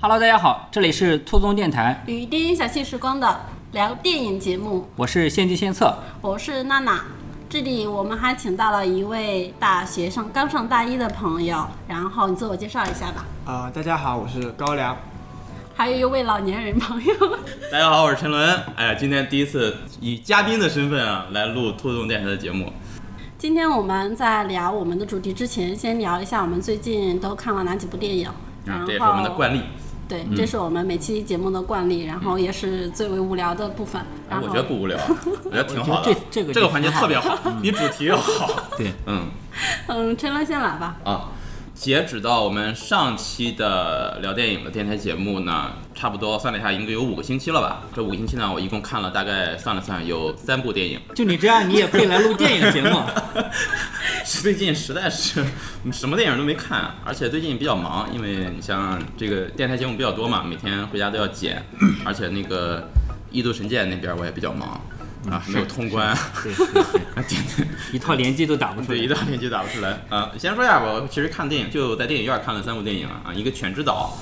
Hello，大家好，这里是兔宗电台，与电影小憩时光的聊电影节目，我是献计献策。我是娜娜。这里我们还请到了一位大学生，刚上大一的朋友，然后你自我介绍一下吧。啊、大家好，我是高粱。还有一位老年人朋友， 大家好，我是陈伦。哎呀，今天第一次以嘉宾的身份啊来录兔动电台的节目。嗯今天我们在聊我们的主题之前，先聊一下我们最近都看了哪几部电影。然嗯，后，这也是我们的惯嗯例。对，这是我们每期节目的惯例，然后也是最为无聊的部分。哎，然后我觉得 不无聊，我觉得挺好我觉的得。这这个这个环节特别好，比主题要好。嗯 对，嗯嗯，陈伦先来吧。啊，截止到我们上期的聊电影的电台节目呢，差不多算了一下，应该有五个星期了吧？这五个星期呢，我一共看了大概算了算有三部电影。就你这样，你也配来录电影节 目？最近实在是嗯什么电影都没看，而且最近比较忙，因为你像这个电台节目比较多嘛，每天回家都要剪，而且那个《异度神剑》那边我也比较忙啊，没有通关，对对对，啊点 点一套连击都打不出对，来一。道连接打不出来啊。先说一下吧，我其实看电影就在电影院看了三部电影啊，一个《全知岛》，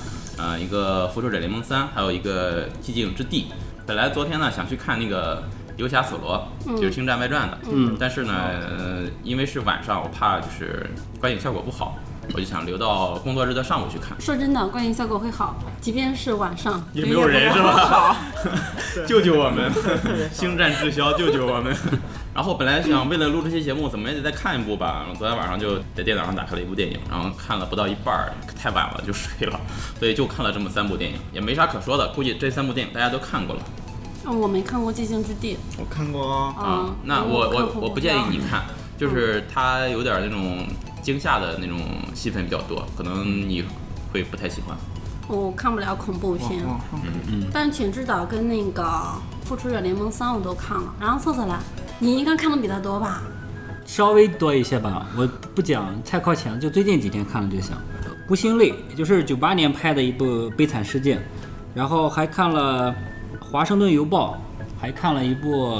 啊，一个《复仇者联盟三》，还有一个《寂静之地》。本来昨天呢想去看那个《游侠索罗》，就是《星战外传》的，嗯，但是呢，呃，因为是晚上，我怕就是观影效果不好，我就想留到工作日的上午去看。说真的，观影效果会好，即便是晚上也没有人是吧？ 救救我 们！星战滞销，救救 我们！然后本来想为了录这期节目，怎么也得再看一部吧。昨天晚上就在电脑上打开了一部电影，然后看了不到一半儿，太晚了就睡了， 所以就看了这么三部电影，也没啥可说的。估计这三部电影大家都看过了嗯，我没看过《寂静之地》我看过哦，啊、那我我我我不建议你看，嗯就是它有点那种惊吓的那种戏份比较多，可能你会不太喜欢。你，我看不了恐怖片。网上但《犬之岛》跟那个《复仇者联盟三》我都看了，然后测测来，你应该看的比他多吧？稍微多一些吧，我不讲太靠前了，就最近几天看了就行。《孤星泪》就是九八年拍的一部《悲惨世界》，然后还看了《华盛顿邮报》，还看了一部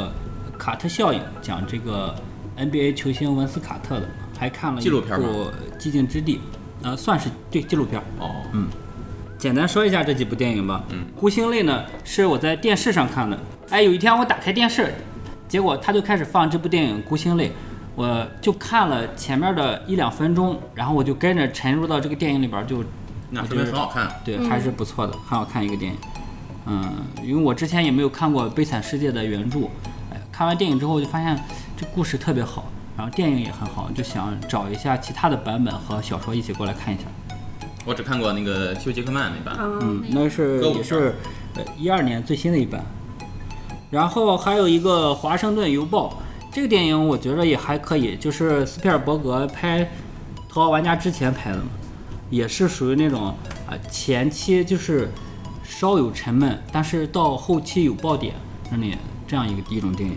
《卡特效应》，讲这个 NBA 球星文斯卡特的，还看了一纪录片吗部《寂静之地》，呃，算是对纪录片。哦，简单说一下这几部电影吧。嗯，《孤星泪》呢是我在电视上看的。哎，有一天我打开电视，结果他就开始放这部电影《孤星泪》，我就看了前面的一两分钟，然后我就跟着沉入到这个电影里边儿，就那我说觉明得很好看。对，还是不错的，很好看一个电影。嗯，因为我之前也没有看过《悲惨世界》的原著，哎，看完电影之后就发现这故事特别好，然后电影也很好，就想找一下其他的版本和小说一起过来看一下。我只看过那个休·杰克曼那版。嗯嗯，那是歌舞也片是呃一二年最新的一版。然后还有一个《华盛顿邮报》这个电影，我觉得也还可以，就是斯皮尔伯格拍《头号玩家》之前拍的嘛，也是属于那种啊、前期就是稍有沉闷，但是到后期有爆点，让你这样一个一种电影。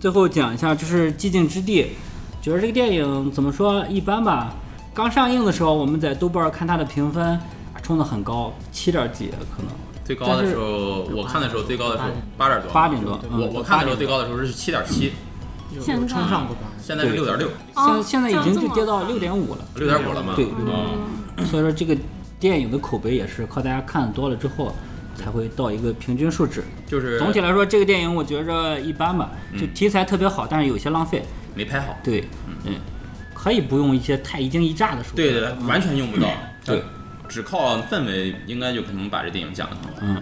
最后讲一下，就是《寂静之地》，觉得这个电影怎么说一般吧。刚上映的时候，我们在豆瓣儿看它的评分啊冲得很高，七点几可能，最高的时候，我看的时候最高的时候八点多，八点多。我嗯我看的时候最高的时候是七点七，有现有在冲上过吧？现在是对六点六，哦现现在已经就跌到六点五了，六点五了嘛。对，嗯，所以说这个电影的口碑也是靠大家看得多了之后才会到一个平均数值。就是总体来说，这个电影我觉着一般吧，嗯就题材特别好，但是有些浪费。没拍好。对，嗯，可以不用一些太一惊一乍的手段。对对，对完全用不到。嗯对，只靠氛围应该就可能把这电影讲得很好。嗯，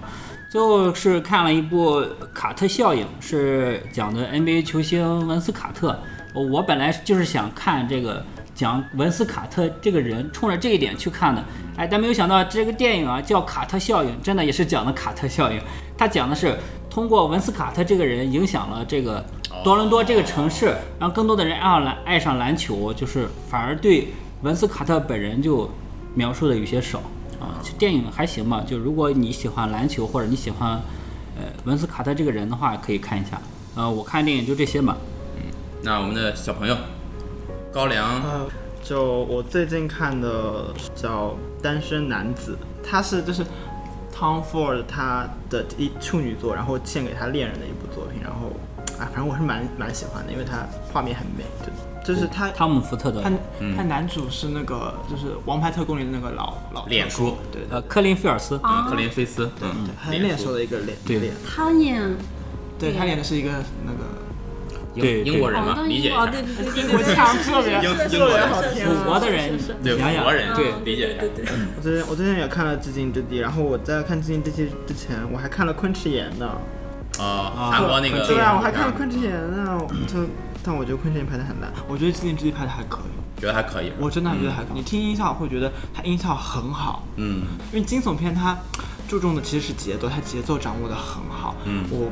最后是看了一部《卡特效应》，是讲的 NBA 球星文斯卡特。我我本来就是想看这个讲文斯卡特这个人，冲着这一点去看的。哎，但没有想到这个电影啊叫《卡特效应》，真的也是讲的卡特效应。 它讲的是通过文斯卡特这个人影响了这个多伦多这个城市，让更多的人爱上篮爱上篮球，就是反而对文斯卡特本人就描述的有些少啊。其实电影还行吧，就如果你喜欢篮球或者你喜欢呃文斯卡特这个人的话，可以看一下。呃，我看电影就这些嘛。那我们的小朋友高粱呃，就我最近看的叫单身男子，他是就是 Tom Ford 他的一处女作，然后献给他恋人的一部作品，然后啊，反正我是蛮蛮喜欢的，因为他画面很美，就就是他汤姆·福特的他他男主是那个就是《王牌特工》里的那个老老脸特工书对呃科林·菲尔斯，啊嗯，克林菲斯，嗯对，，很脸熟的一个脸对脸，他演对他演的是一个那个对英英国人哦嘛，都理解一哦，下，对对对对，英国腔是是特 别是是英国人是好是听是我的人是是啊对想想国人，对理解一下对，对对，我之前我之前也看了《致敬之地》，然后我在看《致敬之地》之前，我还看了昆池岩呢。哦，韩国那个，嗯对啊，我还看了昆池岩呢。就但我觉得昆池岩拍的很烂，我觉得《致敬之地》拍的还可以，觉得还可以，我真的觉得还可以。你听音效会觉得它音效很好，嗯，因为惊悚片它注重的其实是节奏，它节奏掌握的很好。嗯我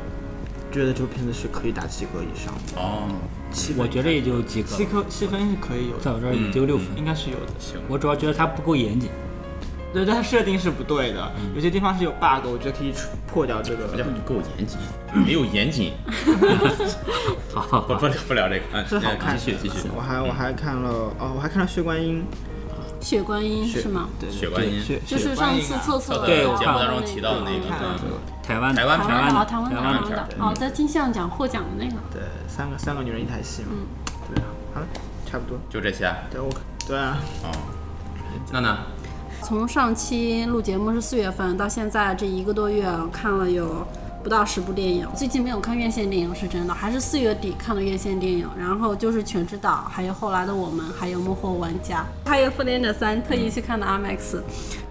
觉得这部片子是可以打及格以上的，哦，七分我觉得也就及格七，颗七分是可以有在的，我这儿嗯也就六分。应该是有的。行，我主要觉得他不够严谨，对，但它设定是不对的，嗯有些地方是有 bug，我觉得可以破掉这个。不叫不够严谨，嗯没有严谨，好好不好，不不聊这个，嗯，是好呃看的，继续继续，我还我还看了哦，我还看了《血观音血观音》血是吗？对，对血观音对血就是血上观音次啊厕所对呃我节看目了当中提到的那看了个，这个台湾台湾台台湾湾的啊的台湾台的台湾湾片的儿哦，在金像奖获奖的那个，对，三个三个女人一台戏嘛，对啊，好了，差不多。嗯，就这些，对我对啊，哦，娜娜，从上期录节目是四月份到现在这一个多月，看了有不到十部电影。最近没有看院线电影是真的，还是四月底看的院线电影。然后就是《全知道》，还有后来的我们，还有《幕后玩家》，还有《复联者三》，特意去看的 IMAX。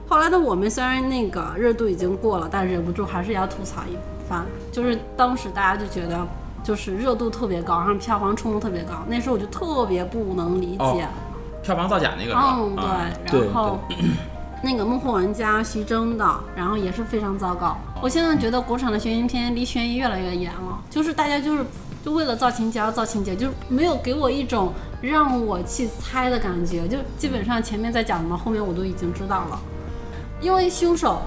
后来的我们虽然那个热度已经过了，但忍不住还是要吐槽一番。就是当时大家就觉得，就是热度特别高，然后票房冲得特别高。那时候我就特别不能理解。哦票房造假那个是吧？嗯，啊，对，对然后。 那个《幕后玩家》徐峥的，然后也是非常糟糕。哦我现在觉得国产的悬疑片离悬疑越来越远了，就是大家就是就为了造情节而造情节，就是没有给我一种让我去猜的感觉，就基本上前面在讲什么，后面我都已经知道了。因为凶手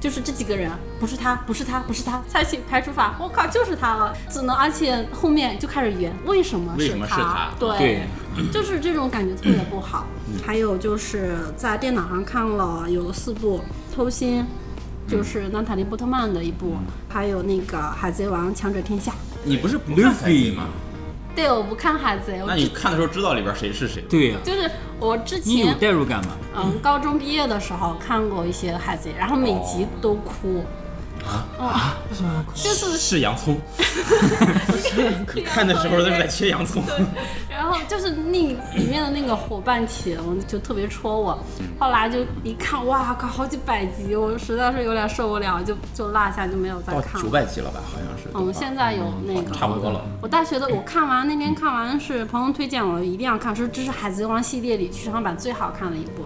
就是这几个人，不是他，不是他，不是他，采取排除法，我靠，就是他了，只能而且后面就开始圆，为什么为是什么是他对，嗯就是这种感觉特别不好。还有就是在电脑上看了有四部《偷心》，就是娜塔莉波特曼的一部，嗯还有那个《海贼王：强者天下》。你不是不看才行吗？对，我不看海贼，我那之你看的时候知道里边谁是谁吗？对呀、就是我之你有前代入感吗？嗯高中毕业的时候看过一些海贼，然后每集都嗯哭。啊，就是是 洋葱，你看的时候都是在切洋葱，然后就是那里面的那个伙伴群，就特别戳我。嗯后来就一看，哇靠，好几百集，我实在是有点受不了，就就落下，就没有再哦到看九了。百集了吧？好像是。嗯，现在有那个差不多了。我大学的我看完那天看完是朋友推荐我一定要看，说这是《海贼王》系列里剧场版最好看的一部。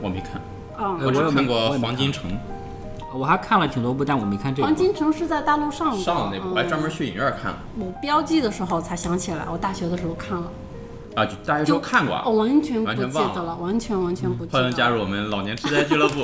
我没看，呃嗯，我我只也没看过我也《没黄金城》我还看了挺多部，但我没看这黄个。金城是在大陆上过上了那部，我还专门嗯去影院看了我标记的时候才想起来，我大学的时候看了，啊，就大家都看过啊哦我。完全不完记全忘得了嗯了，完全完全不记得欢了。迎加入我们老年痴呆俱乐 部。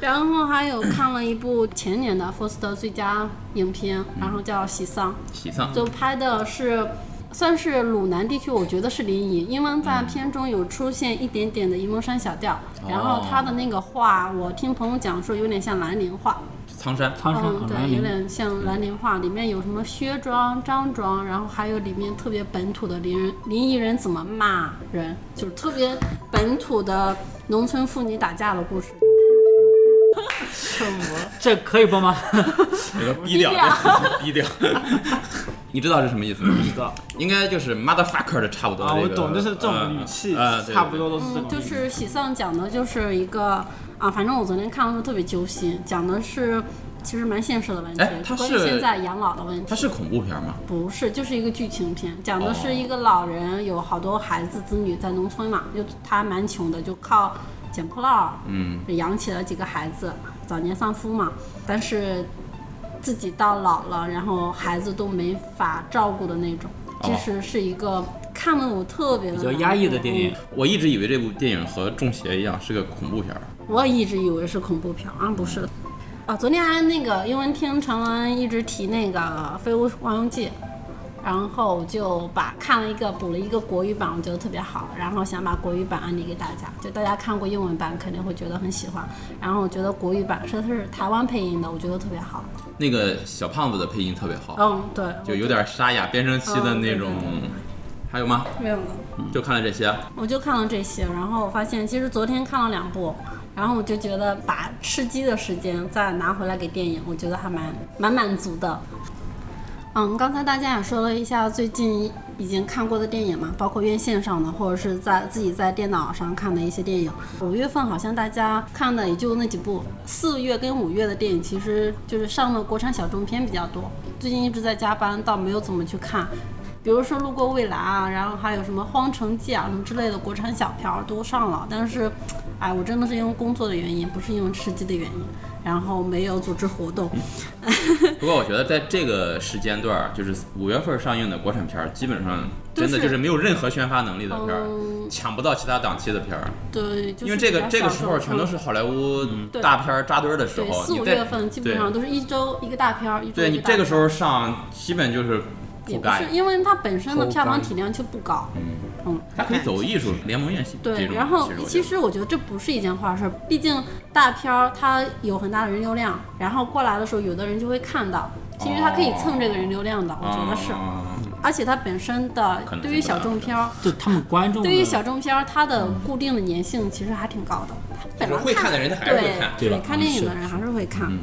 然后还有看了一部前年的福斯特最佳影嗯片，然后叫《喜丧喜丧》，，就拍的是算是鲁南地区，我觉得是临沂，因为嗯在片中有出现一点点的沂蒙山小调，哦然后他的那个话，我听朋友讲说有点像兰陵话，苍山苍山嗯，好哦兰对，有陵，点像兰陵话，里面有什么薛庄、张庄，然后还有里面特别本土的临人临沂人怎么骂人，就是特别本土的农村妇女打架的故事。这可以播吗？ 有个低调，低调。 你知道是什么意思吗？嗯知道应该就是 motherfucker 的差不多的啊，这我个懂，就是这种语气嗯啊，对差不多都是这嗯，种。就是喜丧讲的就是一个啊，反正我昨天看的时候特别揪心，讲的是其实蛮现实的问题哎，它关于是现在养老的问它题。是恐怖片吗？不是，就是一个剧情片，讲的哦是一个老人有好多孩子子女在农村嘛，就他蛮穷的，就靠捡破烂儿嗯，养起了几个孩子，早年丧夫嘛，但是自己到老了，然后孩子都没法照顾的那种，其实是一个看得我特别的比较压抑的电影。嗯我一直以为这部电影和《中邪》一样是个恐怖片儿。我也一直以为是恐怖片儿啊，不是。啊，昨天还那个英文听常文一直提那个《飞屋环游记》，然后就把看了一个补了一个国语版，我觉得特别好，然后想把国语版安利给大家。就大家看过英文版肯定会觉得很喜欢，然后我觉得国语版是是台湾配音的，我觉得特别好。那个小胖子的配音特别哦好，嗯，对，就有点沙哑变声期的那种嗯。还有吗？没有了。嗯就看了这些。啊我就看了这些，然后我发现其实昨天看了两部，然后我就觉得把吃鸡的时间再拿回来给电影，我觉得还蛮蛮满足的。嗯，刚才大家也说了一下最近已经看过的电影嘛，包括院线上的，或者是在自己在电脑上看的一些电影。五月份好像大家看的也就那几部，四月跟五月的电影其实就是上的国产小众片比较多。最近一直在加班，倒没有怎么去看。比如说《路过未来》啊，然后还有什么《荒城记》啊什么之类的国产小片儿都上了，但是，哎，我真的是因为工作的原因，不是因为吃鸡的原因，然后没有组织活动。不过我觉得在这个时间段儿，就是五月份上映的国产片儿，基本上真的都是就是没有任何宣发能力的片哦儿，嗯，抢不到其他档期的片儿。对，就是因为这个比较这个小时候众全都是好莱坞对大片儿扎堆儿的时嗯对候，四你五在月份基本上都是一周一个大片儿，一周对一你大片这儿个时候上，基本就是也覆不盖是，。因为它本身的口票房干体量就不高。嗯，嗯，它可以走艺术联盟院系这对，种。然后我觉其得实我觉得这不是一件坏事，儿，毕竟大片儿它有很大的人流量，然后过来的时候有的人就会看到，其实它可以蹭这个人流量的，我觉得是。啊而且它本身的可能对是于不小大众的片儿，就他们观嗯众的对于小众片儿，它的固定的粘性其实还挺高的。它本就来是会看的人他还是会看对对吧看电影的嗯人还是会看。嗯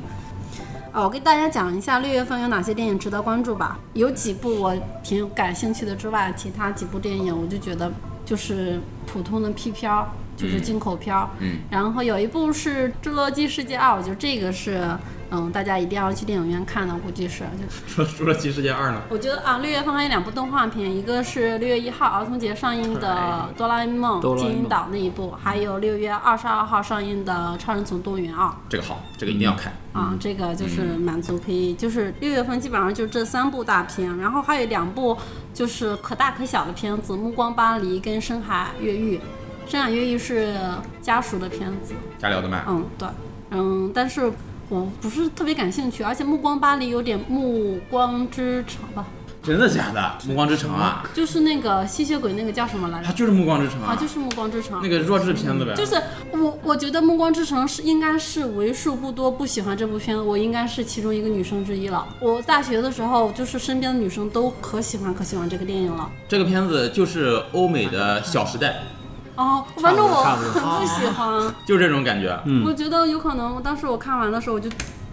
哦，我给大家讲一下六月份有哪些电影值得关注吧。有几部我挺感兴趣的之外，其他几部电影我就觉得就是普通的 P 片儿，就是进口片儿。 嗯然后有一部是《侏罗纪世界二》，我觉得这个是嗯大家一定要去电影院看的，估计是就说说了《新世界二》呢，我觉得啊，六月份还有两部动画片，一个是六月一号儿童节上映的《哆啦 A 梦哆》啦 A 金梦银岛那一部，还有六月二十二号上映的《超人总动员二》这个好，这个一定要看。啊，这个就是满足可以，就是六月份基本上就这三部大片，然后还有两部就是可大可小的片子，《暮光巴黎》跟《深海越狱》。《深海越狱》是家属的片子，加里奥特曼，嗯，对，嗯，但是我不是特别感兴趣，而且《暮光巴黎》有点《暮光之城》吧，真的假的？《暮光之城》啊，就是那个吸血鬼那个叫什么来它着？就是《暮光之城》嗯啊，就是《暮光之城》那个弱智片子呗。就是我，我觉得《暮光之城》是应该是为数不多不喜欢这部片子，我应该是其中一个女生之一了。我大学的时候，就是身边的女生都可喜欢可喜欢这个电影了。这个片子就是欧美的《小时代哦，反正我差不多很不喜欢，》，就是这种感觉。嗯我觉得有可能，当时我看完的时候，我就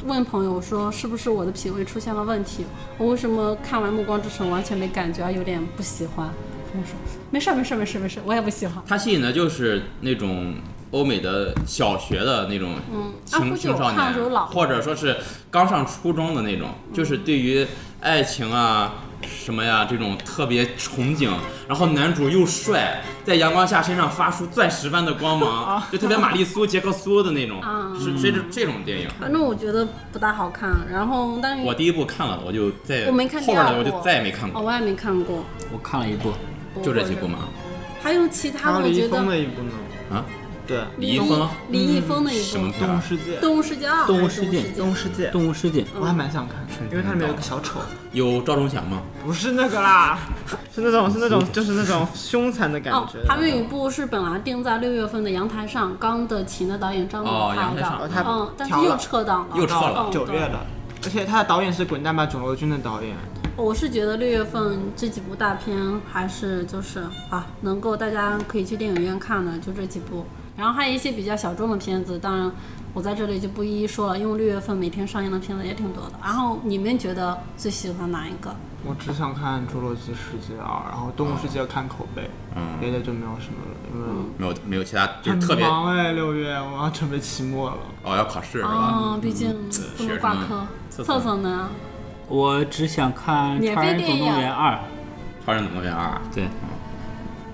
问朋友说，是不是我的品味出现了问题？我为什么看完《暮光之城》完全没感觉，而有点不喜欢？朋友说，没事儿，没事儿，没事儿，没事儿，我也不喜欢。它吸引的就是那种欧美的小学的那种嗯，啊，青估计青我少看的时嗯候年，老或者说是刚上初中的那种，就是对于爱情啊。什么呀？这种特别憧憬，然后男主又帅，在阳光下身上发出钻石般的光芒，就特别玛丽苏、杰克苏的那种哦啊，嗯是是这这种电影。反正我觉得不大好看。然后，但是我第一部看了，我就再我没看第后边二的我部就再也没看哦，过，我也没看过，我看了一部，我就这几部？嘛。还有其还他有的，我李易觉峰得的一部呢？啊，对，李易峰，李易峰的一什么部片《动儿物啊？世界《动物世界二》还是动《动物物世界动物世界《动物世界》嗯我还蛮想看，因为它里面有个小丑，有赵忠祥吗？不是那个啦， 是那种是那种就是那种凶残的感哦觉。，还有一部是本来定在六月份的《阳台上》，刚的琴的导演张哦鲁阳拍台的，哦上他嗯，但是调又哦了撤档了。又撤了嗯九月的，而且他的导演是《滚蛋吧肿瘤君》的导演。我是觉得六月份这几部大片还是就是啊，能够大家可以去电影院看的就这几部，然后还有一些比较小众的片子，当然我在这里就不一一说了，因为六月份每天上映的片子也挺多的。然后你们觉得最喜欢哪一个？我只想看《侏罗纪世界二》，然后《动物世界》看口碑，嗯，别的就没有什么了，因为没有没有其他，就是特很别忙哎，六月我要准备期末了。哦要考试是吧？嗯啊，毕竟不能挂科，学生厕所呢？我只想看《免超费人电总动影员二》。 《超人总动员二对，》，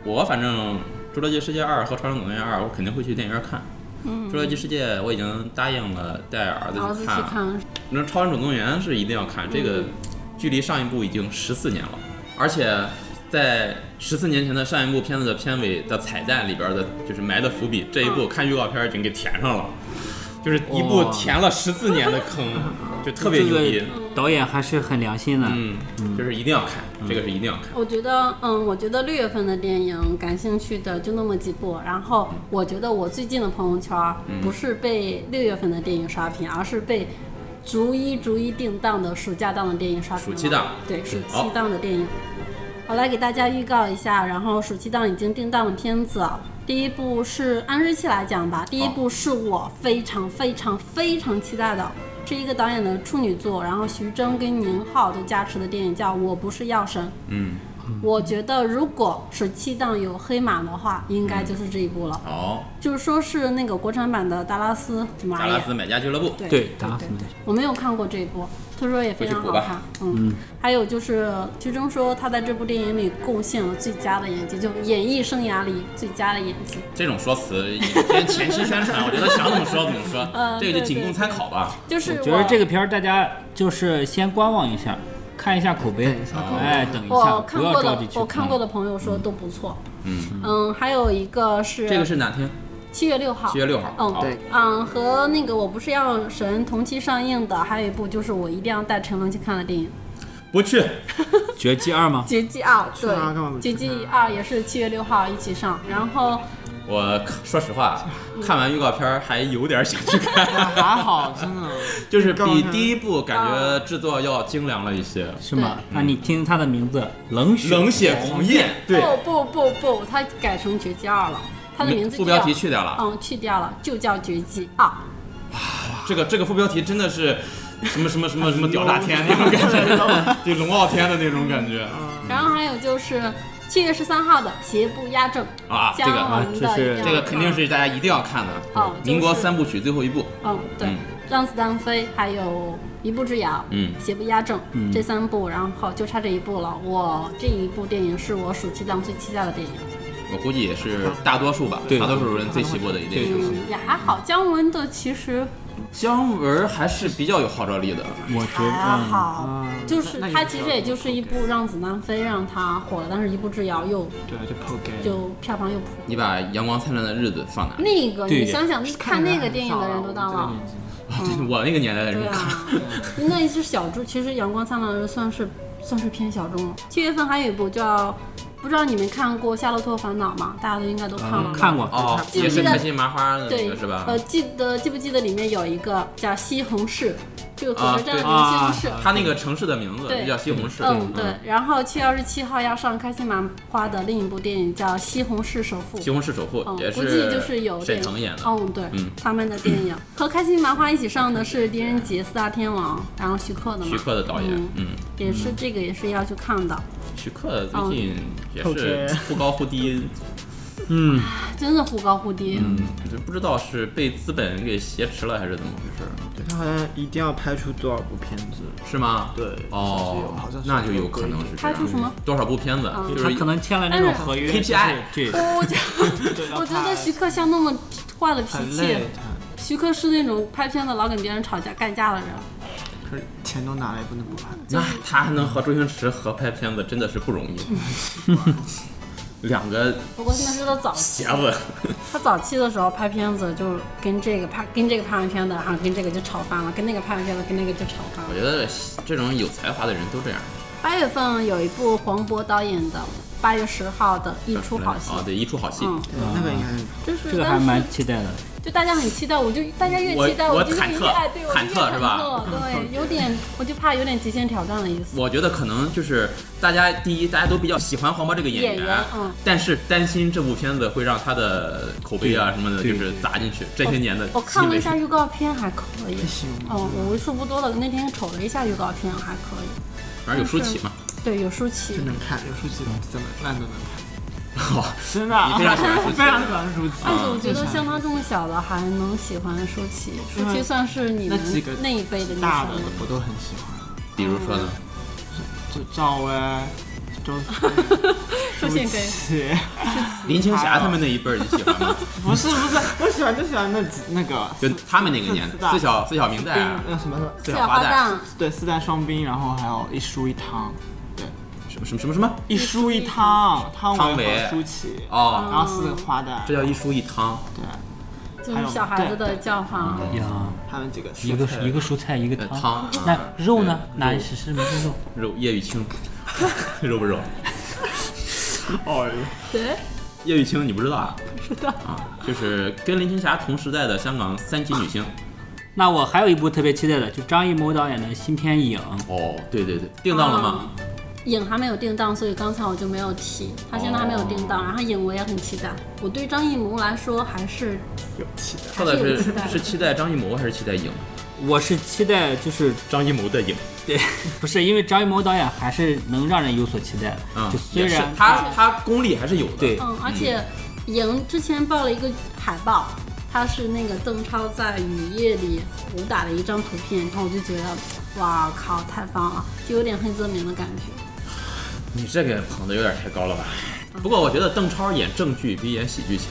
我反正《侏罗纪世界二》和《超人总动员二》，我肯定会去电影院看。侏罗纪世界》我已经答应了带儿儿子子去哦去看，看，那《超人总动员》是一定要看，这个距离上一部已经十四年了，而且在十四年前的上一部片子的片尾的彩蛋里边的，就是埋的伏笔，这一部看预告片已经给填上了。就是一部填了十四年的坑，就特别牛逼这。个导演还是很良心的。嗯，就是一定要看，这个是一定要看。我觉得，嗯，我觉得六月份的电影感兴趣的就那么几部。然后我觉得我最近的朋友圈儿嗯不是被六月份的电影刷屏，而是被逐一逐一定档的暑假档的电影刷屏了。暑期档对暑好期档的电影，我来给大家预告一下。然后暑期档已经定档的片子，第一部是按日期来讲吧，第一好部是我非常非常非常期待的。是一个导演的处女作，然后徐峥跟宁浩都加持的电影叫《我不是药神》，嗯，我觉得如果暑期档有黑马的话，应该就是这一部了。好，就是说是那个国产版的《达拉斯》怎么达而拉言？斯买家俱乐部，对对对达拉斯对对我没有看过这一部，他说也非常好回去补看。嗯，还有就是徐峥说他在这部电影里贡献了最佳的演技，就演艺生涯里最佳的演技。这种说辞，影片前期宣传，我觉得想怎么说怎么说，嗯这个就仅对供对参考吧。就是我觉得这个片儿大家就是先观望一下，看一下口碑，哎，等一下，我看不要过着的急去我看过的朋友说都不错。嗯，嗯，还有一个是这个是哪天？七月六号七。月六号。嗯好对嗯，和那个我不是药神同期上映的，还有一部就是我一定要带陈龙去看的电影不去， 《绝技二》吗？《绝技二》。去对，啊干嘛不《去绝技二》也是七月六号一起上。然后哦我说实话，嗯看完预告片儿还有点想 去看， 还好，真的。就是刚比看第一部感觉制作要精良了一些。是吗？那你听他的名字，冷血冷血狂焰，对不不不不，它改成《绝技二》了，它的名字副叫标题去掉了。嗯，去掉了，就叫《绝技二》。这个这个副标题真的是 什么什么什么什么屌炸天那种感觉， 对龙傲天的那种感觉然后还有就是七月十三号的《邪不压正》，啊！这姜个文啊的这是一定要这个肯定看是大家一定要看的，哦民国就是三部曲最后一部。嗯，对，嗯让子弹飞，还有一步之遥，嗯邪不压正，这三部，然后就差这一部了。我这一部电影是我暑期档最期待的电影，我估计也是嗯大多数吧，对大多数人最期过的一电影。嗯，也还好。姜文的其实姜文还是比较有号召力的，我觉得还嗯好，就是那那他也其比实较也就是一部让子弹飞让他火了，但是一步之遥又 对啊，就泡 gay。就票房又普。你把《阳光灿烂的日子》放哪？那个，对你想想，看那个电影的人都当了，啊我那个年代的对人看。啊， 那是小众。其实《阳光灿烂的日》算是算是偏小众了。七月份还有一部叫，不知道你们看过《夏洛特烦恼》吗？大家都应该都看了吧。嗯看过，哦，记不也是记得开心麻花的那对个是吧？呃，记得记不记得里面有一个叫西红柿，就火车站的西啊红对柿。他那个城市的名字对就叫西红柿。嗯，对。然后七月二十七号要上开心麻花的另一部电影叫《西红柿首富》。西红柿首富嗯，也估计就是有沈这腾演的。嗯，对，嗯他们的电 影和开心麻花一起上的是《狄仁杰四大天王》，然后徐克的徐嘛，克的导演嗯，嗯，也是这个也是要去看的，徐克最近嗯也透贴是忽高忽低，嗯，真的忽高忽低。嗯，就不知道是被资本给挟持了还是怎么回事，对他好像一定要拍出多少部片子？是吗？对哦，好像是有好像是有那就有可能是这拍出样。嗯什么？嗯多少部片子？啊就他是可能签了那种合约 KPI 就是我这我觉得我觉得徐克像那么坏的脾很气累，，徐克是那种拍片子老跟别人吵架干架的人。可是钱都拿来不能不拍。那他还能和周星驰合拍片子，真的是不容易。两个不过那是他早期邪，子，他早期的时候拍片子就跟这个拍跟这个拍完片子，然后跟这个就吵翻了，跟那个拍完片子跟那个就吵翻我了。觉得这种有才华的人都这样。八月份有一部黄渤导演的，八月十号的《一出好戏》啊，对，一出好戏。嗯，那个应该就是这个还但是蛮期待的。哦就大家很期待，我就大家越我期待，我就忐越忑爱，对，我就忐越忑忐是忑，吧对，有点，我就怕有点极限挑战的意思。我觉得可能就是大家第一，大家都比较喜欢黄渤这个演演员嗯但是担心这部片子会让他的口碑啊什么的，就是砸进去。这些年的我积看了一累，下预告片，还可以。行吗？哦，我为数不多的那天瞅了一下预告片，还可以。反正有舒淇嘛， 对，有舒淇真，能看，有书记怎么烂都能看。好，真的啊，你非常喜 欢舒淇非常 喜欢书记。但是我觉得像他这么小的还能喜欢舒淇，舒淇算是你们那几个那一辈的女大的生了。我都很喜欢，比如说呢，就赵薇、 周周迅给 淇，林青霞他们那一辈儿你喜欢吗？不是不是，我喜欢就喜欢那几那个就他们那个 年四代，大四小四小明代啊，那什么什么，四嗯小花花旦，旦，对，四代双冰，然后还有一蔬一汤，对，什么什么什么什么，一蔬一汤，汤汤唯唯和舒淇，哦，然后四个花旦，这叫一蔬一汤。对，就还是有小孩子的教坊。呀，还有几个一蔬个菜一个蔬菜一个呃汤，汤那啊肉呢？对哪肉是是没肉？肉叶玉卿， 肉不肉？哦，对，叶玉卿你不知道啊？不知道啊，就是跟林青霞同时代的香港三级女星。那我还有一部特别期待的，就张艺谋导演的新片《影》，哦，对对对，定档了吗？影还没有定档，所以刚才我就没有提，他现在还没有定档。然后影我也很期待，我对张艺谋来说还是有期待。到底还是有是期待的是期待张艺谋还是期待影？我是期待就是张艺谋的影，对，不是因为张艺谋导演还是能让人有所期待的，嗯就，虽也是然他他功力还是有的。对嗯，而且影之前报了一个海报，他是那个邓超在雨夜里武打的一张图片，然后我就觉得哇靠，太棒了，就有点黑泽明的感觉。你这个捧的有点太高了吧？不过我觉得邓超演正剧比演喜剧强。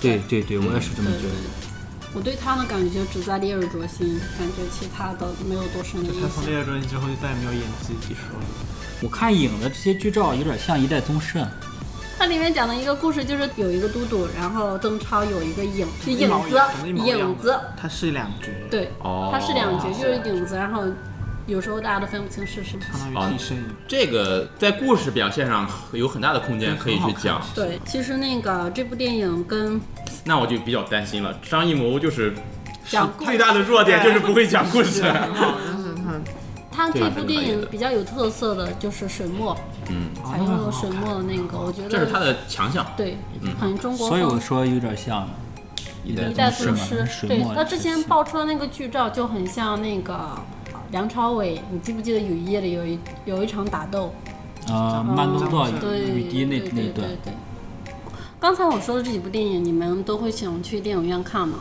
对对对，我也是这么对觉对得。我对他的感觉只在《烈日灼心》，感觉其他的没有多深的印他从象。烈日灼心之后就再也没有演技一说了。我看影的这些剧照有点像一代宗师啊，它里面讲的一个故事就是有一个都督，然后邓超有一个影，就影子，影子，，它是两绝，，对，哦它是两角，就是影子，然后有时候大家都分不清是什么。相当哦于替身一样。这个在故事表现上有很大的空间可以去讲。对，其实那个这部电影跟那我就比较担心了，张艺谋就是讲故最大的弱点就是不会讲故事。他对吧这部电影比较有特色的就是水墨，哦嗯，采用了水墨的那个，我觉这是他得的强项。对嗯，很中国所以我风。说有点像一一代宗宗师师嘛，水对墨。他之前爆出的那个剧照就很像那个呃梁朝伟，你记不记得《雨夜》里有一有一场打斗？啊，慢动作嗯对，雨滴那对那对段对，对。刚才我说的这几部电影，你们都会想去电影院看吗？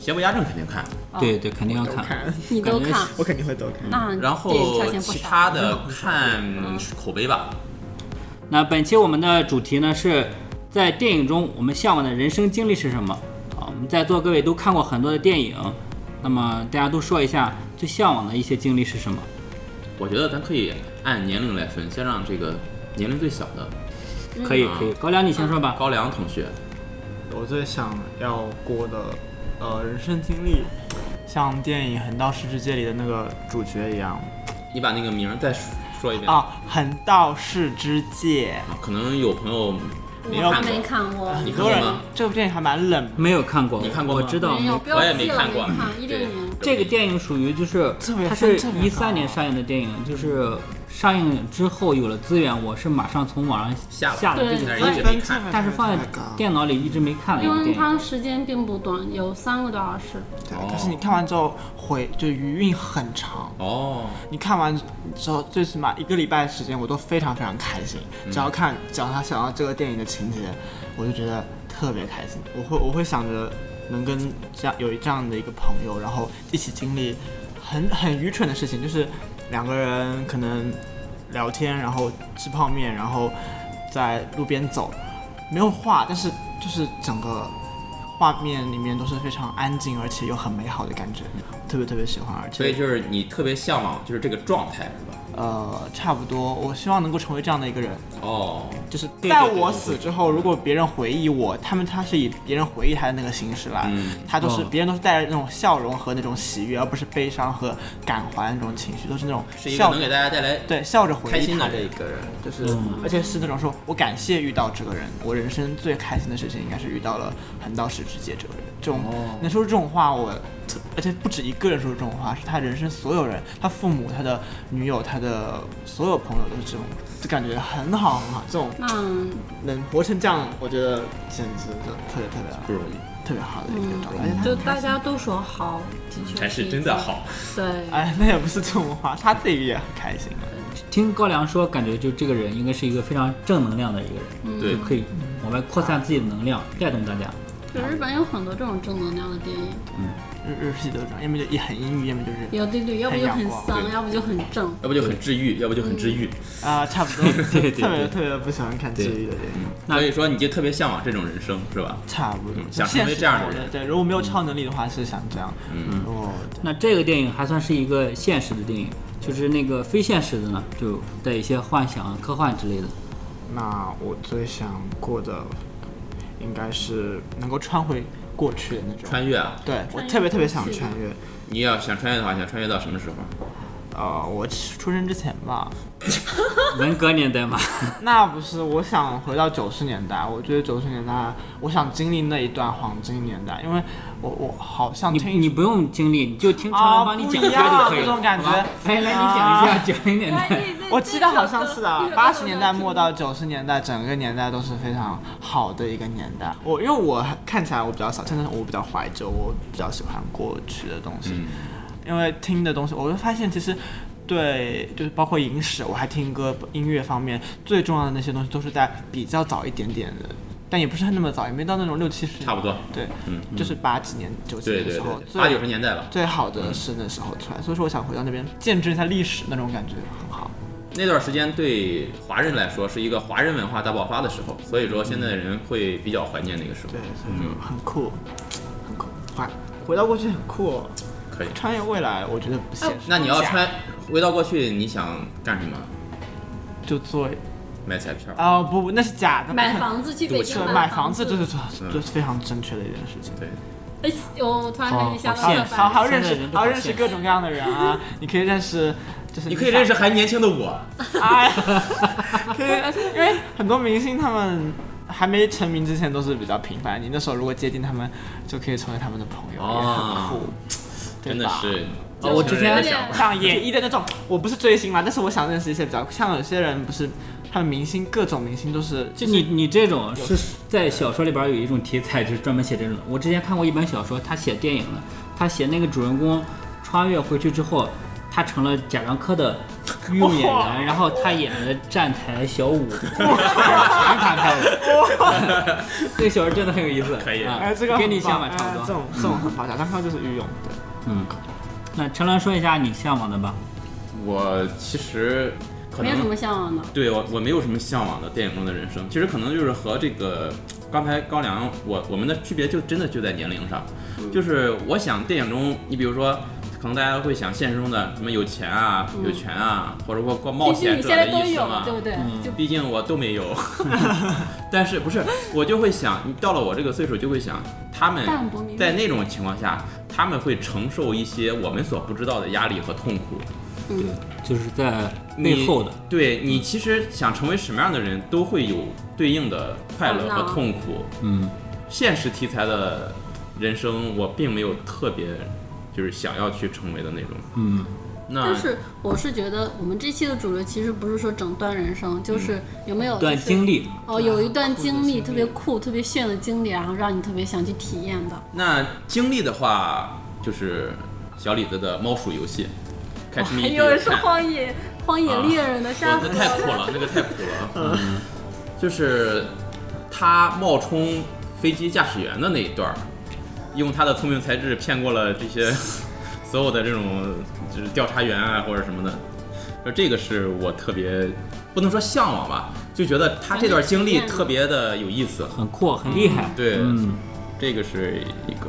邪不压正肯定看，对对，肯定哦要看。看，你都感觉看？我肯定会都看。那然嗯电影后票钱不其少嗯他的看口碑吧。那本期我们的主题呢是在电影中我们向往的人生经历是什么啊？我们在座各位都看过很多的电影，那么大家都说一下最向往的一些经历是什么？我觉得咱可以按年龄来分，先让这个年龄最小的可以嗯可以，高粱你先说吧。高粱同学，我最想要过的，呃，人生经历，像电影《横道世之介》里的那个主角一样你把那个名儿再说一遍。哦啊，《横道世之介啊可能有朋友没我还看没过，看过。》，你很看多过人吗？这部电影还蛮冷门没有看过，嗯你看过我吗知道没有，不要我也没记了看过啊没看，一六对年。这个电影属于就是特别它是特别一三高年上映的电影，就是上映之后有了资源，我是马上从网上下了下了这对个但电影是一，直分没看。寸但是放在太高电脑里一直没看了一因个为电影。它时间并不短，有三个多小时。对，但是你看完之后回就余韵很长。哦，你看完之后，最起码一个礼拜的时间，我都非常非常开心。嗯只要看，只要他想到这个电影的情节，我就觉得特别开心。我会我会想着能跟这样有这样的一个朋友，然后一起经历很很愚蠢的事情，就是两个人可能聊天，然后吃泡面，然后在路边走，没有话，但是就是整个。画面里面都是非常安静，而且又很美好的感觉，特别特别喜欢，而且所以就是你特别向往，就是这个状态是吧？呃，差不多。我希望能够成为这样的一个人，哦，就是对在对对我对死之后，如果别人回忆我，他们他是以别人回忆他的那个形式来，嗯他都是、哦别人都是带着那种笑容和那种喜悦，而不是悲伤和感怀那种情绪，都是那种是一个笑能给大家带来对笑着回开忆心他的这一个人，就是而且是那种说我感谢遇到这个人，我人生最开心的事情应该是遇到了横道世之介这个人。这种、哦能说出这种话，我特而且不止一个人说出这种话，是他人生所有人，他父母、他的女友、他的所有朋友都是这种，就感觉很好很好。这种那能活成这样，我觉得简直就特别特别好不容易，特别好的一个状嗯态。就而且他大家都说好，的确才是真的。好。对，哎，那也不是这种话，他自己也很开心。啊听高粱说，感觉就这个人应该是一个非常正能量的一个人，嗯对就可以往外扩散自己的能量，带动大家。就日本有很多这种正能量的电影，日日系都是这样，要么就也很阴郁，要么就是有对对，要不就很丧，要不就很正。要不就很治愈，要不就很治愈。啊、差不 多。对对特别对，特别不喜欢看治愈的电影。那所以说你就特别向往这种人生是吧？差不多嗯，想成为这样的人现实对，如果没有超能力的话，是想这样。嗯，如果那这个电影还算是一个现实的电影，就是那个非现实的呢，就带一些幻想、啊科幻之类的。那我最想过的应该是能够穿回过去的那种。穿越啊，对我穿越特别特别想过去穿越，你要想穿越的话，想穿越到什么时候？呃，我出生之前吧，文革年 代嘛，那不是，我想回到九十年代，我觉得九十年代，我想经历那一段黄金年代，因为我我好像你听你不用经历，你就听常啊常帮你不讲一一下样就可以了。这种感好吧觉来来，你啊讲一 下，讲一点哎点。 我记得好像是啊，八十年代末到九十年代，整个年代都是非常好的一个年代。我因为我看起来我比较少，真的我比较怀旧，我比较喜欢过去的东西，嗯，因为听的东西，我会发现其实。对，就是包括影史，我还听歌音乐方面最重要的那些东西，都是在比较早一点点的，但也不是那么早，也没到那种六七十，差不多。对，嗯，就是八几年、九几年对的对时候，对，最八九十年嗯代了，最好的是那时候出来，所以说我想回到那边见证一下历史那种感觉，很好。那段时间对华人来说是一个华人文化大爆发的时候，所以说现在的人会比较怀念那个时候对，。所以嗯就很酷，很酷。回回到过去很酷、哦，可以。穿越未来我觉得不哦现实，那你要穿啊回到过去，你想干什么？就做买彩票？啊、不不，那是假的。买房子去北京对，买房子这是嗯这是非常正确的一件事情。对，哎，我突然感觉想到好了现实好好认现在人识，都好好认识现实各种各样的人啊！你可以认识，就是你可以认识还年轻的我。哎，可以，因为很多明星他们还没成名之前都是比较平凡，你那时候如果接近他们，就可以成为他们的朋友，也很酷，对哦真的吧？是。哦我之前年轻人的想法像演艺的那种，我不是追星嘛，但是我想认识一些比较像有些人不是，他们明星各种明星都是就你你这种是在小说里边有一种题材，就是专门写这种的。我之前看过一本小说，他写电影的，他写那个主人公穿越回去之后，他成了贾樟柯的御用演员，然后他演了站台小 五，全是他拍的。这个小说真的很有意思，可以啊哎这个很棒跟你想法差哎不这多。种这种很好，贾樟柯就是御用对。嗯，那陈兰说一下你向往的吧。我其实可没有什能么向往的。对我我没有什么向往的电影中的人生，其实可能就是和这个刚才高粱我我们的区别就真的就在年龄上，嗯就是我想电影中你比如说。可能大家会想现实中的什么有钱啊、有权啊，或者说过冒嗯毕竟险你者现的在都一有生啊了，，对不对？就毕竟我都没有， 但是不是我就会想，你到了我这个岁数就会想，他们淡泊名利在那种情况下，他们会承受一些我们所不知道的压力和痛苦。对，就是在你背后的。对你其实想成为什么样的人，都会有对应的快乐和痛苦。嗯，哦现实题材的人生，我并没有特别就是想要去成为的那种。嗯，那但是我是觉得我们这期的主流其实不是说整段人生，就是有没嗯有段就是经历，啊哦，有一段经历特别酷、特别炫的经历，然后让你特别想去体验的。那经历的话，就是小李子的猫鼠游戏，开始还有人哦说哎荒野荒啊野猎人的哇杀，那死太酷了，那个太酷了。嗯，就是他冒充飞机驾驶员的那一段儿，用他的聪明才智骗过了这些 所有的这种就是调查员啊或者什么的。说这个是我特别不能说向往吧，就觉得他这段经历特别的有意思。很酷，很厉害。对嗯，这个是一个。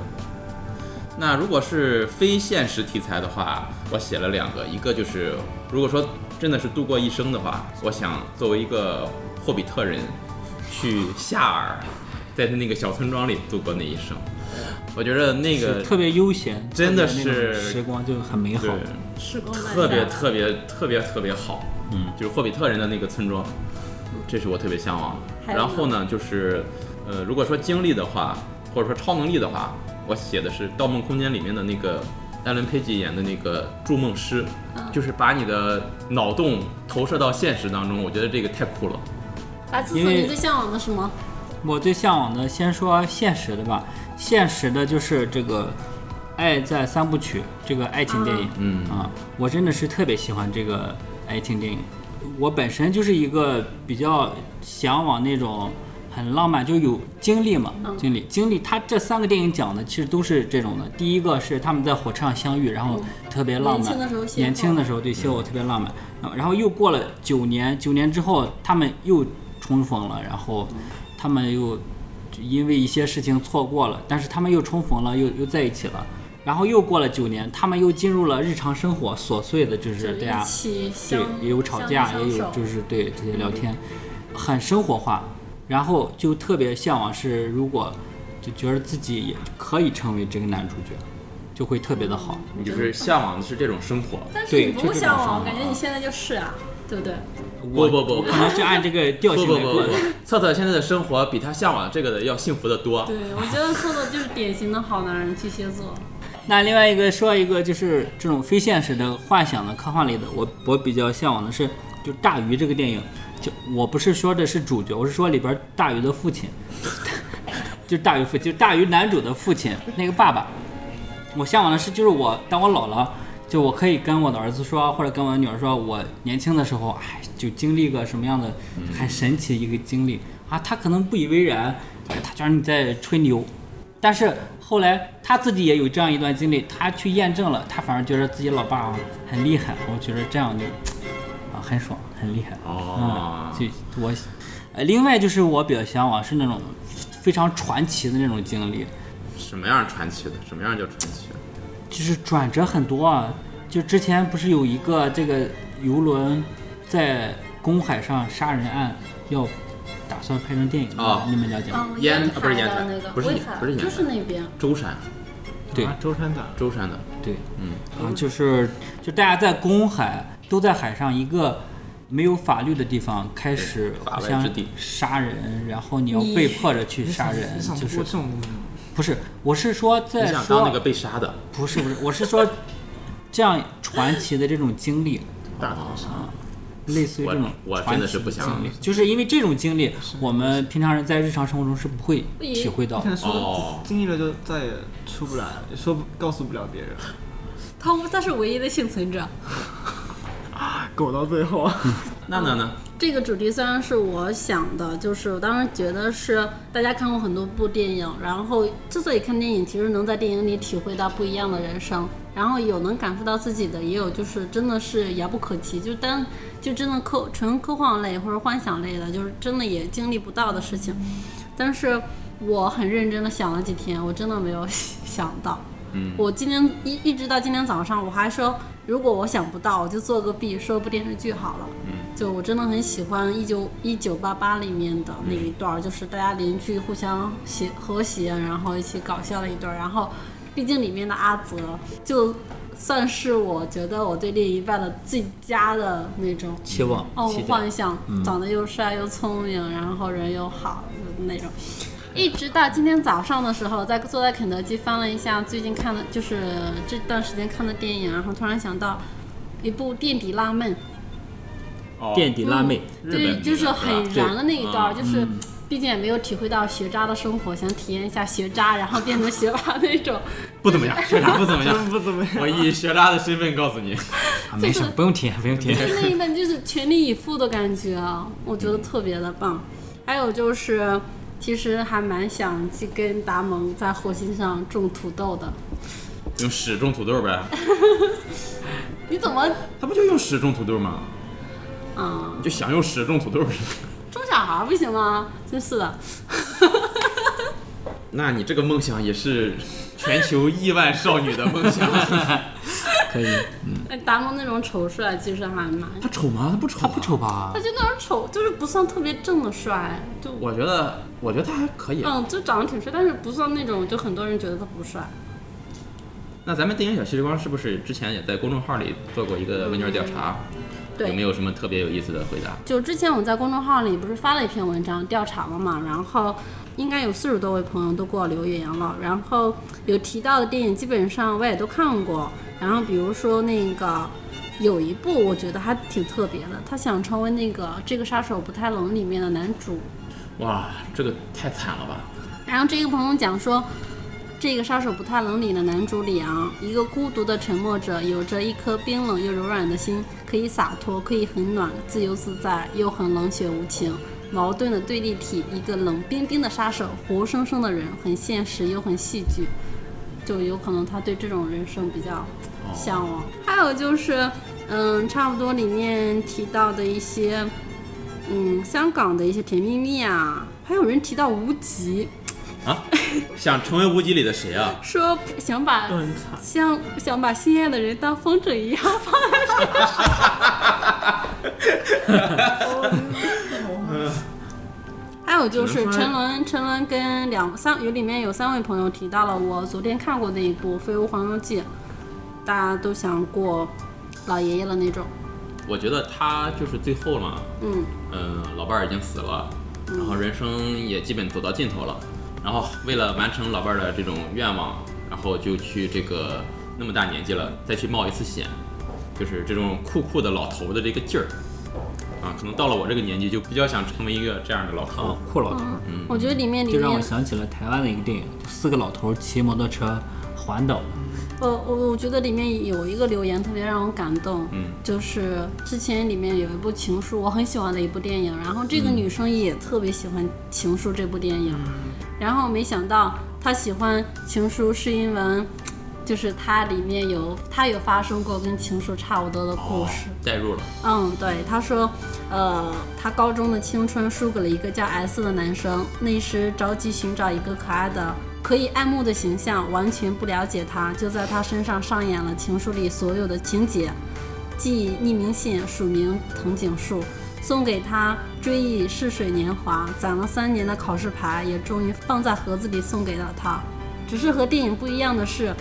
那如果是非现实题材的话，我写了两个，一个就是如果说真的是度过一生的话，我想作为一个霍比特人，去夏尔，在他那个小村庄里度过那一生。我觉得那是个特别悠闲，真的特别那种是时光就很美好对。时光漫特别长特别特别特别好，嗯，就是霍比特人的那个村庄，这是我特别向往的。还有呢然后呢，就是呃，如果说经历的话，或者说超能力的话，我写的是《盗梦空间》里面的那个艾伦·佩吉演的那个筑梦师，嗯就是把你的脑洞投射到现实当中，我觉得这个太酷了。啊，思思，因为你最向往的什么？我最向往的，先说现实的吧。现实的就是这个《爱在三部曲》这个爱情电影嗯啊，我真的是特别喜欢这个爱情电影。我本身就是一个比较向往那种很浪漫，就有经历嘛，嗯经历经历。它这三个电影讲的其实都是这种的。第一个是他们在火车上相遇，然后特别浪漫，嗯年轻的时候邂逅年轻的时候对邂逅特别浪漫。啊然后又过了九年，九年之后他们又重逢了，然后他们又就因为一些事情错过了，但是他们又重逢了，又又在一起了。然后又过了九年，他们又进入了日常生活琐碎的，就是大一家起对相，也有吵架，相也依有相守就是对这些聊天，很生活化。然后就特别向往是，如果就觉得自己也可以成为这个男主角，就会特别的好。你就是向往的是这种生活。但是对你这不种向方往，法我感觉你现在就是啊，对不对？我不不我可能就按这个调不性不来不过不。，策策现在的生活比他向往这个的要幸福的多。对，我觉得做的就是典型的好男人，巨蟹座。那另外一个说一个就是这种非现实的幻想的科幻类的，我我比较向往的是就大鱼这个电影，就我不是说的是主角，我是说里边大鱼的父亲，就大鱼父就大鱼男主的父亲那个爸爸，我向往的是就是我当我老了。就我可以跟我的儿子说，或者跟我的女儿说，我年轻的时候，哎，就经历个什么样的很神奇的一个经历啊，他可能不以为然，哎，他觉得你在吹牛，但是后来他自己也有这样一段经历，他去验证了，他反而觉得自己老爸啊很厉害，我觉得这样就啊很爽，很厉害。哦嗯，就我，呃，另外就是我比较向往是那种非常传奇的那种经历，什么样传奇的？什么样叫传奇？就是转折很多啊。就之前不是有一个这个游轮在公海上杀人案要打算拍成电影的哦你们了解吗？嗯，烟啊不是台烟的台那个不是威烟海不是烟就是台那边。舟山，对啊舟山的，舟山的，对，嗯，啊，就是就大家在公海都在海上一个没有法律的地方开始法互外相之地杀人，然后你要你被迫着去杀人你，想就过是这种东西吗？不是？我是说你在想说当那个被杀的？不是不是，我是说这样传奇的这种经历，大哦逃杀，类似于这种我我传真的奇是不想经历，就是因为这种经历，我们平常人在日常生活中是不会不一体会到你可。能说哦经历了就再也出不来了，也说不告诉不了别人， 他他是唯一的幸存者。苟到最后。娜娜呢？这个主题虽然是我想的，就是我当时觉得是大家看过很多部电影，然后之所以看电影，其实能在电影里体会到不一样的人生，然后有能感受到自己的，也有就是真的是遥不可及，就单就真的科纯科幻类或者幻想类的，就是真的也经历不到的事情。但是我很认真的想了几天，我真的没有 想到。嗯我今天一一直到今天早上，我还说，如果我想不到，我就做个 B，说部电视剧好了。嗯，就我真的很喜欢一九一九八八里面的嗯那一段儿，就是大家邻居互相协和谐，然后一起搞笑的一段儿。然后，毕竟里面的阿泽，就算是我觉得我对另一半的最佳的那种期望，哦期，待幻想，嗯长得又帅又聪明，然后人又好就那种。一直到今天早上的时候，在坐在肯德基翻了一下最近看的，就是这段时间看的电影，然后突然想到一部《垫底辣妹》，哦垫底辣妹，日对，本就是很燃的那一段儿，嗯就是毕竟也没有体会到学渣的生活，想体验一下学渣，然后变成学霸那种。不怎么样，学 渣不怎么样。真不怎么样。我以学渣的身份告诉你，啊没什么，不用体验，不用体验。就是那一本就是全力以赴的感觉啊，我觉得特别的棒。还有就是，其实还蛮想去跟达蒙在火星上种土豆的。用屎种土豆呗。你怎么他不就用屎种土豆吗？啊、你就想用屎种土豆。种小孩儿不行吗？真是的， 那你这个梦想也是全球亿万少女的梦想。 可以，哎达蒙那种丑帅其实还蛮，他丑吗？他不丑、他不。丑啊吧他？就那种丑，就是不算特别正的帅，就我觉得，我觉得他还可以。嗯，就长得挺帅，但是不算那种就很多人觉得他不帅。那咱们电影小时光是不是之前也在公众号里做过一个问卷调查？嗯对有没有什么特别有意思的回答？就之前我在公众号里不是发了一篇文章调查了嘛，然后应该有四十多位朋友都给我留言了，然后有提到的电影基本上我也都看过，然后比如说那个有一部我觉得还挺特别的，他想成为那个《这个杀手不太冷》里面的男主，哇，这个太惨了吧！然后这个朋友讲说，这个杀手不太冷里的男主里昂，一个孤独的沉默者，有着一颗冰冷又柔软的心，可以洒脱，可以很暖，自由自在，又很冷血无情。矛盾的对立体，一个冷冰冰的杀手，活生生的人，很现实又很戏剧，就有可能他对这种人生比较向往。还有就是，嗯，差不多里面提到的一些，嗯，香港的一些甜蜜蜜啊，还有人提到无极， 啊，想成为无极里的谁啊？说想把都很惨，像想把心爱的人当风筝一样放在身上。还有有就只是能说陈伦，陈伦跟两三有里面有三位朋友提到了我昨天看过的一部《飞屋环游记》，大家都想过老爷爷了那种。我觉得他就是最后嘛，嗯，嗯，老伴儿已经死了，嗯然后人生也基本走到尽头了，然后为了完成老伴儿的这种愿望，然后就去这个那么大年纪了再去冒一次险，就是这种酷酷的老头的这个劲儿，啊，可能到了我这个年纪就比较想成为一个这样的老头哦，，酷老头，嗯我觉得里面里这让我面，想起了台湾的一个电影，四个老头骑摩托车环岛。呃，我我觉得里面有一个留言特别让我感动，嗯，就是之前里面有一部《情书》，我很喜欢的一部电影，然后这个女生也特别喜欢《情书》这部电影，然后没想到她喜欢《情书》是因为，就是它里面有她有发生过跟《情书》差不多的故哦事，，代入了，嗯，对，他说，呃，他高中的青春输给了一个叫 S 的男生，那时着急寻找一个可爱的、可以爱慕的形象，完全不了解他，就在他身上上演了情书里所有的情节，即匿名信、署名藤井树，送给他追忆似水年华，攒了三年的考试牌也终于放在盒子里送给了他。只是和电影不一样的是，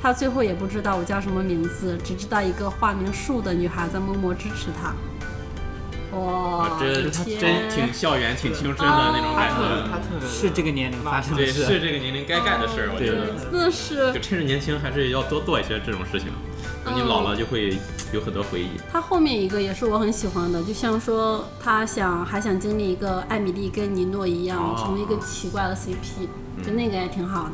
他最后也不知道我叫什么名字，只知道一个化名树的女孩在默默支持他。哦哇、啊，这天真挺校园、挺青春的那种他感特他觉，特是这个年龄发生的对，事，是这个年龄该干的事儿，我觉对得。真的是就趁着年轻，还是要多做一些这种事情。等你嗯老了，就会有很多回忆。他后面一个也是我很喜欢的，就像说他想还想经历一个艾米丽跟尼诺一样，哦成为一个奇怪的 CP，、就嗯那个也挺好的。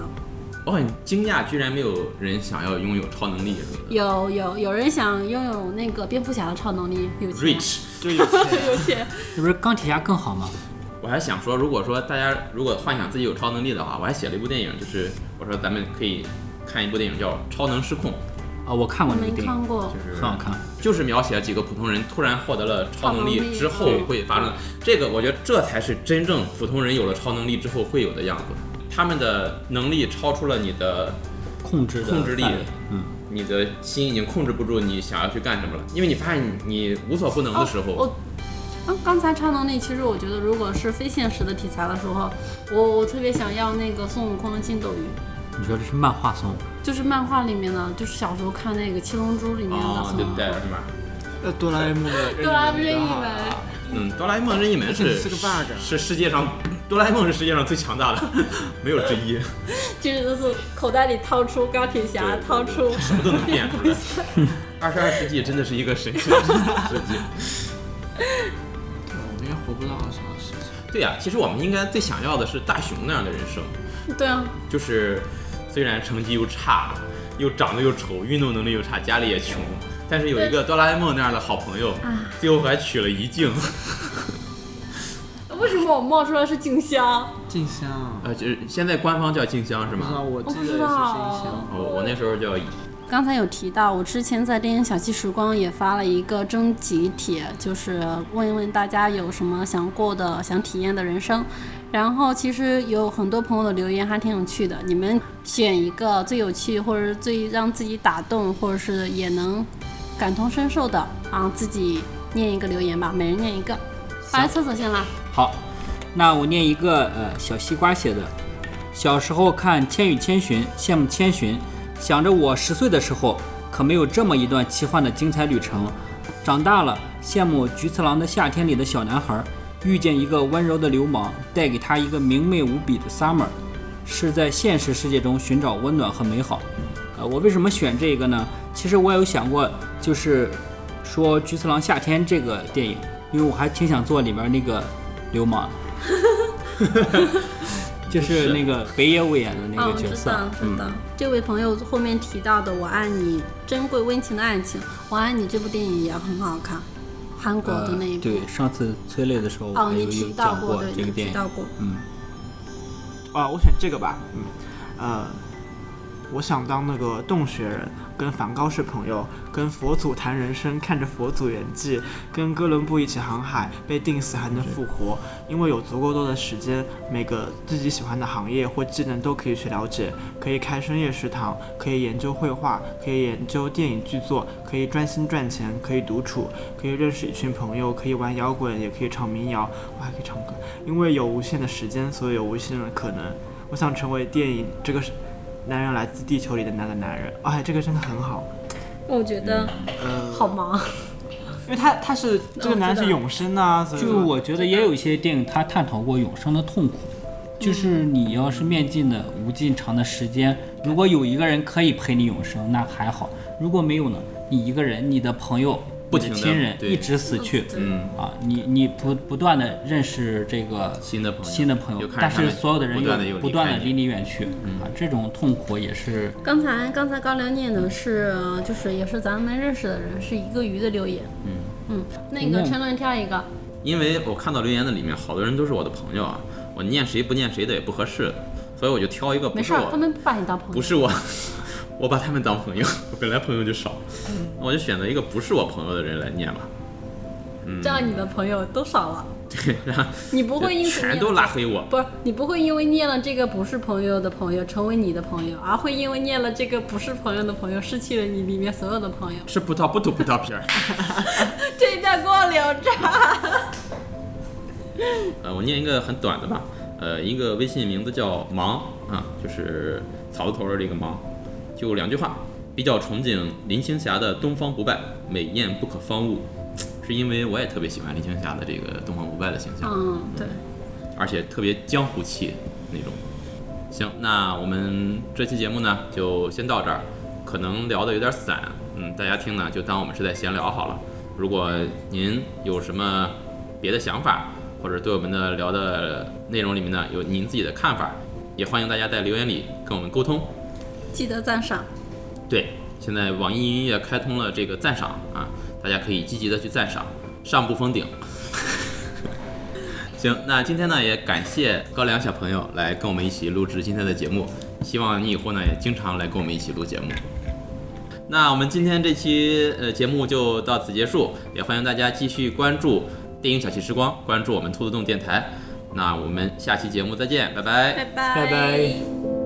我很惊讶，居然没有人想要拥有超能力什么的。有有有人想拥有那个蝙蝠侠的超能力，有钱 Rich，就有钱有 钱，是不是钢铁侠更好吗？我还想说，如果说大家如果幻想自己有超能力的话，我还写了一部电影，就是我说咱们可以看一部电影叫《超能失控啊，我看过那没个电看影，过。》，就是很好看。就是描写几个普通人突然获得了超能超能力力之后嗯会发生的这个，我觉得这才是真正普通人有了超能力之后会有的样子。他们的能力超出了你的控制的控制力范围嗯，你的心已经控制不住你想要去干什么了，因为你发现你无所不能的时候，哦我啊刚才超能力，其实我觉得如果是非现实的题材的时候，我我特别想要那个孙悟空的筋斗云，你说这是漫画松，就是漫画里面的，就是小时候看那个《七龙珠》里面的哦，孙悟空。对不对？是吧？呃，哆啦 A 梦的哆啦 A 梦任任意意门门嗯，哆啦 A 梦任意门是是个 bug 是世界上哆啦 A 梦是世界上最强大的， 没有之一，就是就是口袋里掏出钢铁侠，对掏出 什么都能变出来。二十二世纪真的是一个神奇的世纪。对我应该活不到二十二世纪。对呀、其实我们应该最想要的是大雄那样的人生，对啊，就是虽然成绩又差，又长得又丑，运动能力又差，家里也穷，但是有一个哆啦 A 梦那样的好朋友，啊最后还娶了怡静。为什么我冒出来是静香？静香，呃，就是现在官方叫静香是不知道吗？我我不记得也是知静香道。。哦，我那时候叫刚才有提到，我之前在电影小憩时光也发了一个征集帖，就是问一问大家有什么想过的、想体验的人生。然后其实有很多朋友的留言还挺有趣的，你们选一个最有趣，或者是最让自己打动，或者是也能感同身受的啊，自己念一个留言吧，每人念一个。上完厕所先来。好，那我念一个呃小西瓜写的。小时候看《千与千寻》，羡慕千寻，想着我十岁的时候可没有这么一段奇幻的精彩旅程。长大了，羡慕《菊次郎的夏天》里的小男孩，遇见一个温柔的流氓，带给他一个明媚无比的 summer，是在现实世界中寻找温暖和美好。呃，我为什么选这个呢？其实我也有想过，就是说《菊次郎夏天》这个电影，因为我还挺想做里面那个流氓， 就是那个北野武演的那哦，个我角知色。嗯道，知道。这位朋友后面提到的《我爱你》，珍贵温情的爱情，《我爱你》这部电影也很好看，韩国的那一呃部。对，上次催泪的时候，哦，我你有提有到讲对，这你个电提影。到过。嗯，啊，我选这个吧，嗯，呃，我想当那个洞穴人，跟梵高是朋友，跟佛祖谈人生，看着佛祖圆寂，跟哥伦布一起航海，被定死还能复活。因为有足够多的时间，每个自己喜欢的行业或技能都可以去了解，可以开深夜食堂，可以研究绘画，可以研究电影剧作，可以专心赚钱，可以独处，可以认识一群朋友，可以玩摇滚，也可以唱民谣，我还可以唱歌。因为有无限的时间，所以有无限的可能。我想成为电影这个是男人来自地球里的那个男人。哎，这个真的很好，我觉得嗯呃，好忙，因为他他是这个男人是永生啊，所以就是嗯说我觉得也有一些电影，它探讨过永生的痛苦，就是嗯你要是面尽的无尽长的时间，如果有一个人可以陪你永生，那还好；如果没有呢，你一个人，你的朋友、不你的停地亲人对一直死去，嗯，啊，你你不不断的认识这个新的朋友，新的朋友就，看但着他是们所有的人不断的又有不断的开离你，嗯你远去啊，这种痛苦也是刚才刚才高粱念的是，呃就是也是咱们认识的人，是一个鱼的留言。嗯嗯，那个嗯陈伦挑一个，因为我看到留言的里面，好多人都是我的朋友啊，我念谁不念谁的也不合适，所以我就挑一个没不事是儿，他我，们不把你当朋友。不是我， 我把他们当朋友，我本来朋友就少，嗯那我就选择一个不是我朋友的人来念吧，嗯这样你的朋友都少了，对，然后你不会因此全念都拉黑我，不是你不会因为念了这个不是朋友的朋友成为你的朋友，而会因为念了这个不是朋友的朋友失去了你里面所有的朋友。吃葡萄不吐葡萄皮儿。这一段给我留着。呃，我念一个很短的吧，呃，一个微信名字叫忙啊，就是草字头儿的这个忙，就两句话，比较憧憬林青霞的《东方不败》，美艳不可方物，是因为我也特别喜欢林青霞的这个《东方不败》的形象，嗯，对，而且特别江湖气那种。行，那我们这期节目呢就先到这儿，可能聊的有点散，嗯，大家听呢就当我们是在闲聊好了。如果您有什么别的想法，或者对我们的聊的内容里面呢有您自己的看法，也欢迎大家在留言里跟我们沟通。记得赞赏。对，现在网易云音乐开通了这个赞赏啊，大家可以积极的去赞赏，上不封顶。 行，那今天呢也感谢高粱小朋友来跟我们一起录制今天的节目，希望你以后呢也经常来跟我们一起录节目。那我们今天这期呃节目就到此结束，也欢迎大家继续关注电影小憩时光，关注我们兔子洞电台。那我们下期节目再见，拜拜。拜拜拜拜